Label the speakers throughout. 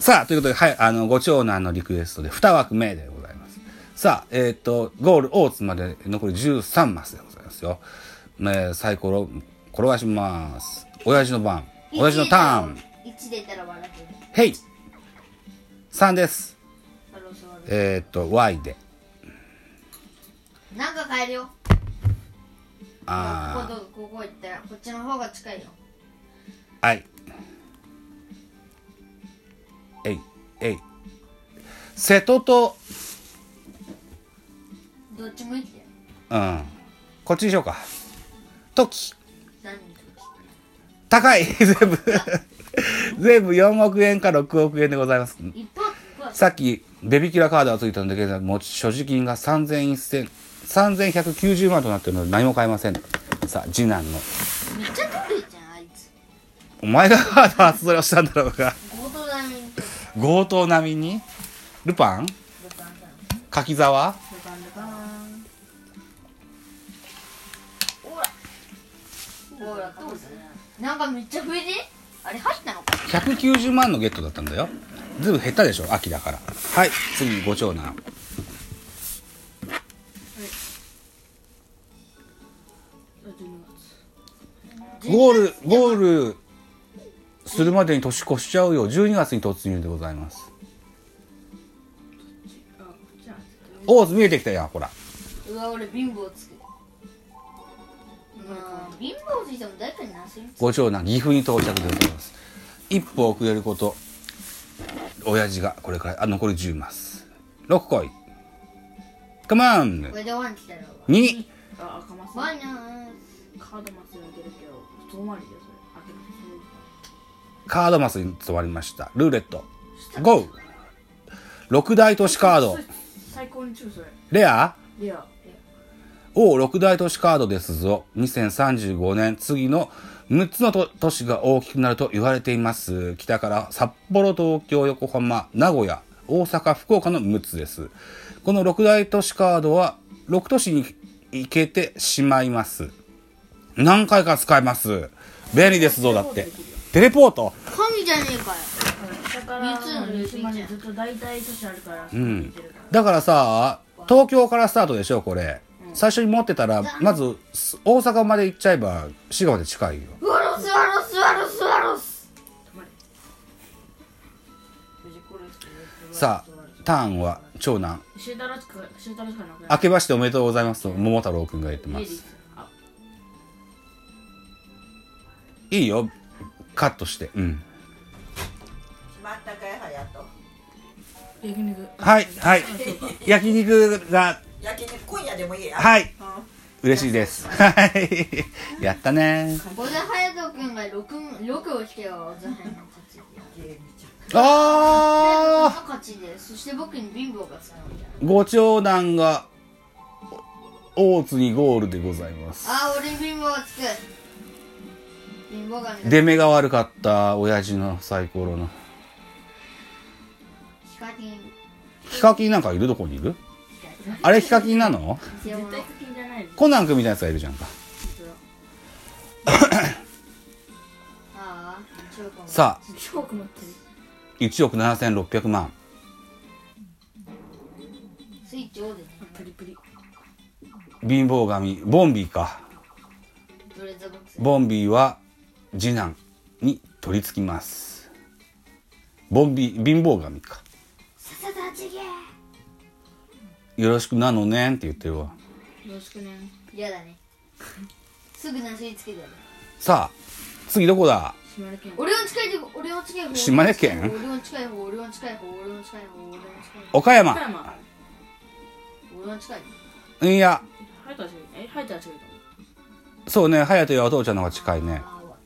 Speaker 1: さあ、ということで、はい、あの、ご長男のリクエストで2枠目でございます。さあ、えっ、と、ゴール大津まで残り13マスでございますよ。ね、サイコロ、転がします。親父の番。親父のターン。
Speaker 2: 1出たら笑ってる
Speaker 1: へい !3 です。
Speaker 2: そろそろ
Speaker 1: えっ、と、Y で。
Speaker 2: なんか変えるよこ
Speaker 1: あ
Speaker 2: こどうここ行ったらこっちの方が近いよ
Speaker 1: ー、はい。えい、えい。瀬戸と、
Speaker 2: どっちもいいって
Speaker 1: うん。こっちにしようか。時。
Speaker 2: 何の時
Speaker 1: 高い 全部全部4億円か6億円でございます
Speaker 2: 一発一発
Speaker 1: さっきベビキュラカードがついたんだけど持ち所持金が3100 3190万となっているので何も買えませんさあ次男の
Speaker 2: めっちゃ得意じゃんあいつ
Speaker 1: お前がカード発動したんだろうが
Speaker 2: 強盗だね
Speaker 1: 強盗並みにルパン
Speaker 2: ドカンだ
Speaker 1: 柿沢
Speaker 2: ドカンドカンほらほらどうするなんかめっちゃ増えてあれ入ったのか
Speaker 1: 190万のゲットだったんだよずいぶん減ったでしょ秋だからはい次ご長男ゴールゴールするまでに年越しちゃうよ12月に突入でございますオーズ見えてきたやんほら
Speaker 2: うわ俺貧乏つくまあ貧乏ついても誰かになせる
Speaker 1: ご長男岐阜に到着でございます一歩遅れること親父がこれからあ残り10ます6個いカモン
Speaker 2: これでワン来たら
Speaker 1: 2
Speaker 3: あ、赤マス
Speaker 2: ワンナ
Speaker 3: カードマス抜けるけど、遠回りだよ、それ。開け
Speaker 1: カードマスに止まりましたルーレット GO6 大都市カード
Speaker 3: 最高に強い、それ。
Speaker 1: レア
Speaker 3: レア。
Speaker 1: 王六大都市カードですぞ。2035年、次の6つの都都市が大きくなると言われています。北から札幌、東京、横浜、名古屋、大阪、福岡の6つです。この六大都市カードは、6都市に行けてしまいます。何回か使えます。便利ですぞ、だって。テレポート
Speaker 2: 神じゃねえかよ
Speaker 3: 下から、島にずっと大体都市あるから、そ
Speaker 1: うん
Speaker 3: るから。
Speaker 1: だからさ、東京からスタートでしょ、これ。最初に持ってたら、まず、す大阪まで行っちゃえば、滋賀まで近いよ。
Speaker 2: うわロスワロスワロスワロス
Speaker 1: さあターンは長男
Speaker 3: シュータロしか、シュータロしかなくな
Speaker 1: 明けましておめでとうございますと桃太郎くんが言ってま
Speaker 3: 家
Speaker 1: す
Speaker 3: あ、
Speaker 1: いいよカットしてうん
Speaker 4: まったかいはやと
Speaker 3: 焼肉。
Speaker 1: はいはい焼肉が
Speaker 4: 焼き肉今夜でもいいや
Speaker 1: はい
Speaker 4: うん
Speaker 1: 嬉しいですはいやったね
Speaker 2: ここで隼人君が六六を引けばザハイの勝ち
Speaker 4: ゲームちゃん
Speaker 2: の
Speaker 1: あ
Speaker 2: 勝ちでそして僕に貧乏がつかんじゃ
Speaker 1: ー
Speaker 2: ん
Speaker 1: ご長男がお大津にゴールでございます
Speaker 2: あー俺に貧乏がつく貧乏神が
Speaker 1: 出目が悪かった親父のサイコロの
Speaker 2: ヒカキン
Speaker 1: ヒカキンなんかいるどこにいるあれヒカキンなの
Speaker 2: 偽物
Speaker 3: 絶対好きじゃないです。
Speaker 1: コナン君みたいなやつがいるじゃんか
Speaker 2: ああ超かも
Speaker 1: さあ
Speaker 3: 超困ってる。
Speaker 1: 1億7600万
Speaker 2: スイッチオーでね
Speaker 3: プリプリ。
Speaker 1: 貧乏神ボンビーか
Speaker 2: ドレッドボックス
Speaker 1: ボンビーは次男に取り付きますボンビー貧乏神か
Speaker 2: ささだちげー
Speaker 1: よろしくなのねんって言ってるわ
Speaker 3: よろしくね。
Speaker 2: 嫌だねすぐなすりつけてやる
Speaker 1: さあ次どこだ
Speaker 3: 島根県。
Speaker 2: 俺の近いとこ俺の近い方
Speaker 1: 島根県
Speaker 2: 俺の近い方俺の近い方俺の近い方俺の近い
Speaker 1: 岡
Speaker 2: 方
Speaker 3: 岡
Speaker 1: 山
Speaker 3: 山。
Speaker 2: 俺の近い
Speaker 1: いや
Speaker 3: ハイターしてえ、ハイターしてると思
Speaker 1: そうね隼人やお父ちゃんの方が近いね
Speaker 2: ああ終わっ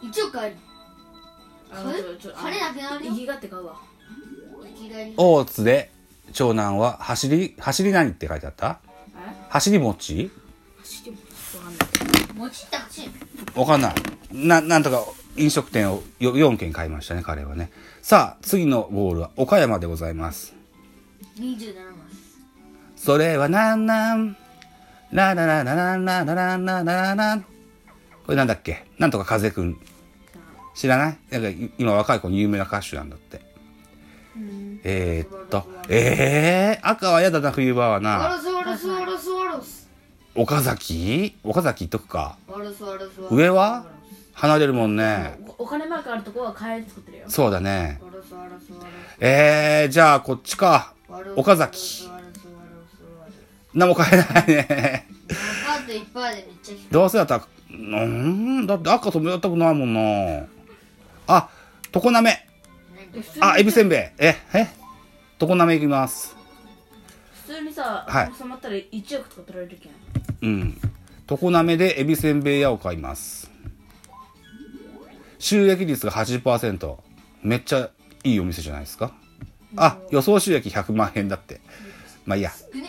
Speaker 2: た一応帰る
Speaker 3: う。行きがって買うわ。
Speaker 2: 生き返り
Speaker 1: 大津で長男は走り走り何って書いてあった
Speaker 3: え
Speaker 1: 走り餅
Speaker 3: 走ってもわかんない。
Speaker 2: 持ちって欲しい
Speaker 1: わかんないななんとか飲食店をよ4軒買いましたね彼はねさあ次のゴールは岡山でございます
Speaker 2: 27マ
Speaker 1: それはなんなんラララララララララララこれなんだっけなんとか風くん。知らないなんかい今若い子に有名な歌手なんだって。えー、っと、えー、赤はやだな、冬場は
Speaker 2: ワロ
Speaker 1: な。
Speaker 2: スワロスワロスワロス
Speaker 1: 岡崎岡崎言っとくか。
Speaker 2: ワロスワロスワロス
Speaker 1: 上は離れるもんね。
Speaker 3: おお金マークあるとこはカエル作ってるよ
Speaker 1: そうだね。
Speaker 2: ワロスワロスワロス
Speaker 1: えー、じゃあこっちか。
Speaker 2: ワロス
Speaker 1: 岡崎
Speaker 2: ワロスワロスワロス
Speaker 1: 何も変えないね。
Speaker 2: ワロスカートいっぱいでめっちゃ低い
Speaker 1: どうせだったら、うーん、だって赤と目立ったくないもんな。あ、常滑。
Speaker 2: なんか
Speaker 1: あ、エビせんべい。え、え常滑行きます。
Speaker 3: 普通にさ、
Speaker 1: はい
Speaker 3: 収まったら1億とか取られるけん
Speaker 1: うん。常滑でエビせんべい屋を買います。収益率が80%。めっちゃいいお店じゃないですか。あ、予想収益100万円だって。まあいいや。
Speaker 2: 少ね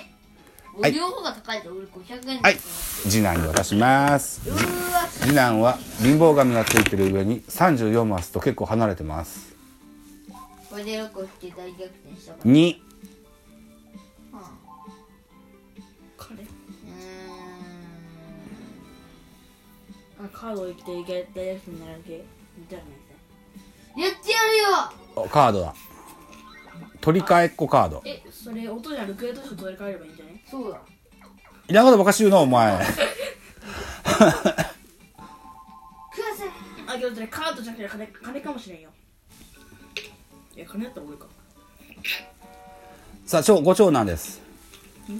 Speaker 1: はい
Speaker 2: 俺両方が高いと俺500円
Speaker 1: はい。次男に渡します。
Speaker 2: うーわ
Speaker 1: 次男は貧乏神がついてる上に34マスと結構離れてます。
Speaker 2: これで6個引き大逆転したから
Speaker 1: 2。
Speaker 3: カレ
Speaker 2: うー
Speaker 3: あカードを生きていけ大学生になるけみたいなや
Speaker 2: んやってやるよ
Speaker 1: おカードだ。取り替えっこカード
Speaker 3: つ。えそれ音じゃなくてとして取り替えればいいんじゃない
Speaker 2: そうだ
Speaker 1: いらんことばかし言うな、お前。
Speaker 2: ください
Speaker 3: あけどそれカードじゃなくて金金かもしれんよいや金だったら多いか
Speaker 1: さあ、長ご長男です。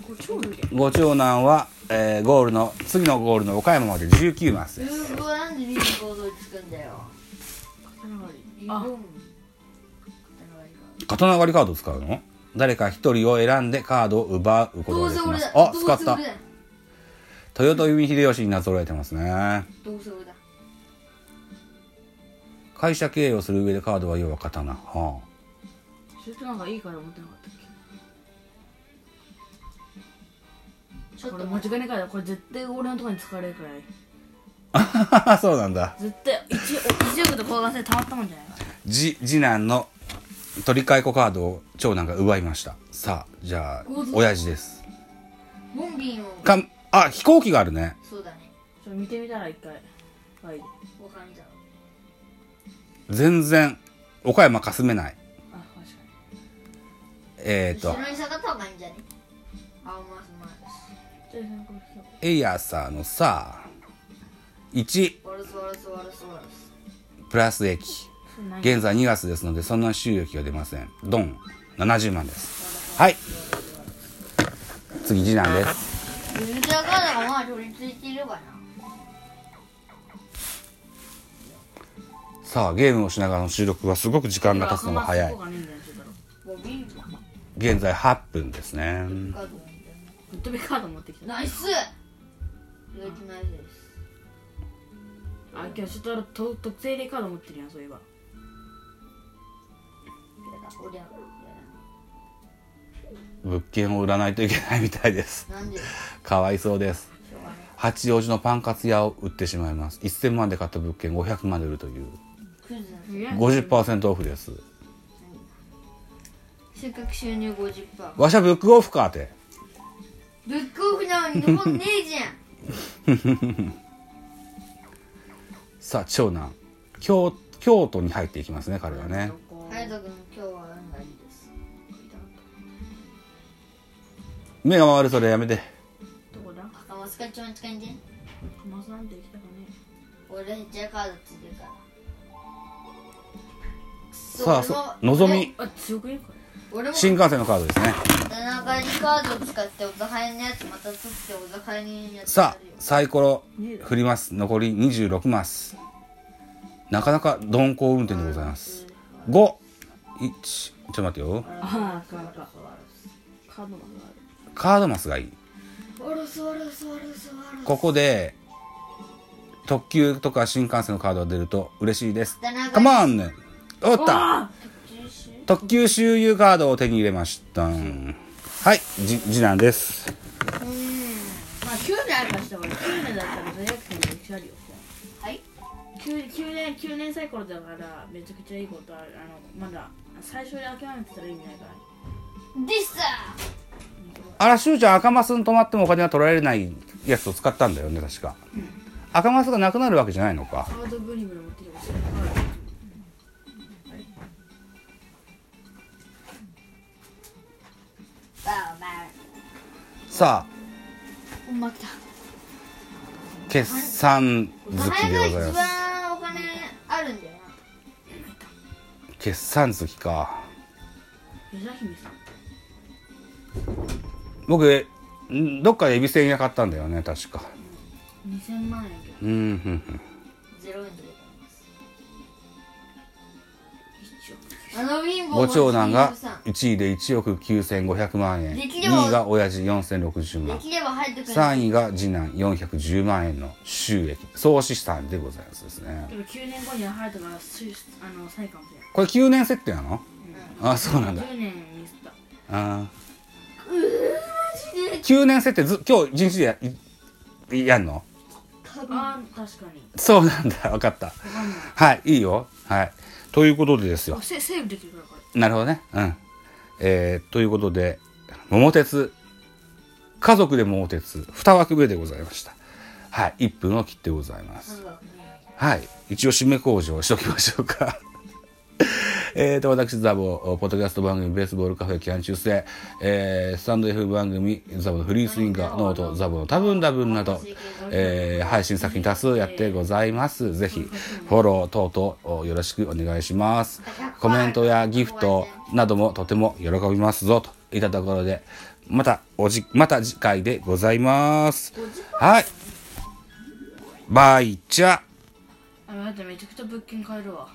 Speaker 3: これ超無理だよ
Speaker 1: ご長男は、えーゴールの、次のゴールの岡山まで19マスです。
Speaker 2: うーわなんでリンゴを追いつくんだよリンゴ
Speaker 3: あ
Speaker 2: も
Speaker 1: 刀割りカード使うの誰か一人を選んでカードを奪うこと
Speaker 2: ど
Speaker 1: が
Speaker 2: う
Speaker 1: で
Speaker 2: せ
Speaker 1: きま
Speaker 2: 俺
Speaker 1: す
Speaker 2: だ。
Speaker 1: あ、
Speaker 2: どう
Speaker 1: 使っ
Speaker 2: せ
Speaker 1: た
Speaker 2: 俺。だ
Speaker 1: 豊臣秀吉になぞらえてますね。
Speaker 2: どうせ俺だ
Speaker 1: 会社経営をする上でカードは要は刀。はあ
Speaker 3: それとなんかいいから持ってなかったっ
Speaker 2: ち
Speaker 3: け
Speaker 2: ょ
Speaker 3: こ
Speaker 2: っ
Speaker 3: れ
Speaker 2: と
Speaker 3: 間
Speaker 2: 待って
Speaker 3: 違いないからこれ絶対俺のとこに使われるくらい
Speaker 1: そうなんだ。
Speaker 3: 絶対一1億と転がせたまったもんじゃないか
Speaker 1: じ、次男の取り替え子カードを長男が奪いました。さあ、じゃあ
Speaker 2: お、
Speaker 1: 親父です。
Speaker 2: モンビンを
Speaker 1: かん、あ、飛行機があるね。
Speaker 2: そうだね
Speaker 3: ちょっと見てみたら一回はい
Speaker 2: わかんじゃん
Speaker 1: 全然、岡山かすめない。
Speaker 3: あ確かに
Speaker 1: えー、
Speaker 2: 後
Speaker 1: と、
Speaker 2: ろに下がった方がいいんじゃねあうまいうまい
Speaker 3: じゃあなんかそう
Speaker 1: エイヤーさんのさ、1、
Speaker 2: ワルスワルスワルスワルス
Speaker 1: プラス益。
Speaker 3: そうない
Speaker 1: 現在2月ですので、そんな収益が出ません。ドン、70万です。はい。次、次男です。
Speaker 2: ウルトラカードがまあ取り付いているかな
Speaker 1: さあ、ゲームをしながらの収録はすごく時間が経つのが早い
Speaker 3: 効。果ねえんじゃないそれだろ
Speaker 2: モンビンゴ
Speaker 1: 現在8分ですね。
Speaker 2: カードなんだよね
Speaker 3: ぶっ飛びカード持ってきた
Speaker 2: ナイスナイスナイスです
Speaker 3: あ今日ちょっと俺と特定でカード持ってるやんそういえば
Speaker 2: やだ俺や
Speaker 1: 物件を売らないといけないみたいです。
Speaker 2: だなんでし
Speaker 1: かわいそうです。
Speaker 2: ょうがない
Speaker 1: 八王子のパンカツ屋を売ってしまいます。1000万で買った物件500万で売るという。
Speaker 2: クズなんだ
Speaker 1: 50%オフです。
Speaker 2: せっかく収入50%
Speaker 1: わしゃブックオフかって。
Speaker 2: ブックオフなのに残んねえじゃん
Speaker 1: さあ、長男。京、京都に入っていきますね、彼はね。
Speaker 2: 隼人君今日は運がいいです
Speaker 1: 目が回るそれやめて。
Speaker 3: どこだ
Speaker 2: 赤松課長に使いんで
Speaker 3: マスなんて来たかね
Speaker 2: 俺ジャカードついてるからくそ
Speaker 1: さあ、そ、のぞみ。
Speaker 3: あ強くねこれ
Speaker 2: 俺も
Speaker 1: 新幹線のカードですね。
Speaker 2: 田中にカードを使ってお互いのやつまた取ってお互いにやつ
Speaker 1: さ
Speaker 2: やるよ
Speaker 1: あ、サイコロ振ります。残り26マス。なかなか鈍行運転でございます。5、1、ちょっと待ってよ。
Speaker 3: ああカードカードマスがある
Speaker 1: カードマスがいい。
Speaker 2: おろすおろすおろすおろす
Speaker 1: ここで特急とか新幹線のカードが出ると嬉しいです
Speaker 2: 田中
Speaker 1: カモンねおった
Speaker 3: あ
Speaker 1: 特急周遊カードを手に入れましたはいじ次男です
Speaker 2: うーん
Speaker 3: まあ9年あるからしたら9年だったら大学生に歴史あるよ
Speaker 2: はい
Speaker 3: 9, 9年9年サイコロだからめちゃくちゃいいことあるあのまだ最初で諦めてたら意味ないから
Speaker 2: でした
Speaker 1: あらしゅうちゃん赤マスに泊まってもお金は取られないやつを使ったんだよね確か赤マスがなくなるわけじゃないのか
Speaker 3: カードグリムの持ってるかもしれない
Speaker 1: さあ
Speaker 2: おまきた
Speaker 1: 決算
Speaker 2: お
Speaker 1: 月
Speaker 2: 前
Speaker 1: で
Speaker 2: が
Speaker 1: ございま
Speaker 2: 一
Speaker 1: す
Speaker 2: 番お金あるんだよ
Speaker 1: 決算月か
Speaker 3: ゆざひめさん
Speaker 1: 僕んどっかでエビせんや買ったんだよね確か
Speaker 3: 2000万円やけど
Speaker 1: うんうんうん
Speaker 2: なゼロ円でございます
Speaker 3: 一億
Speaker 2: あの貧乏
Speaker 1: ご長男が
Speaker 2: 13
Speaker 1: 1位で1億9500万円
Speaker 2: できれば
Speaker 1: 2位が親父4060
Speaker 2: で
Speaker 1: 万
Speaker 2: きれば入ってくれない
Speaker 1: 3位が次男410万円の収益総資産でございますですね
Speaker 3: でも9年後にはハヤトがスイスあのサイかもしれない
Speaker 1: これ9年設定なのあそうなんだ
Speaker 3: 10年ミスった
Speaker 1: あ
Speaker 2: マジで
Speaker 1: 9年設定ず今日一日でやいやんの
Speaker 2: 多分
Speaker 3: あー確かに
Speaker 1: そうなんだ 分かった
Speaker 3: わかんない
Speaker 1: はいいいよはいということでですよ
Speaker 3: あセセーブできるからこれ
Speaker 1: なるほどね。うん。えーということで、桃鉄、家族で桃鉄、2枠目でございました。はい、1分を切ってございます。はい、一応締め工場をしときましょうか。 えーと、私、ザボ、ポッドキャスト番組、ベースボールカフェ、キャン中世、えー、スタンド F 番組、ザボのフリースインガー、ノート、ザボの多分多分など、えー配信作品多数やってございます。ぜひ、フォロー等々よろしくお願いします。コメントやギフトなどもとても喜びますぞ、といったところで、また、おじ、また次回でございます。はい。バイチャ。
Speaker 3: あ待ってめちゃくちゃ物件買えるわ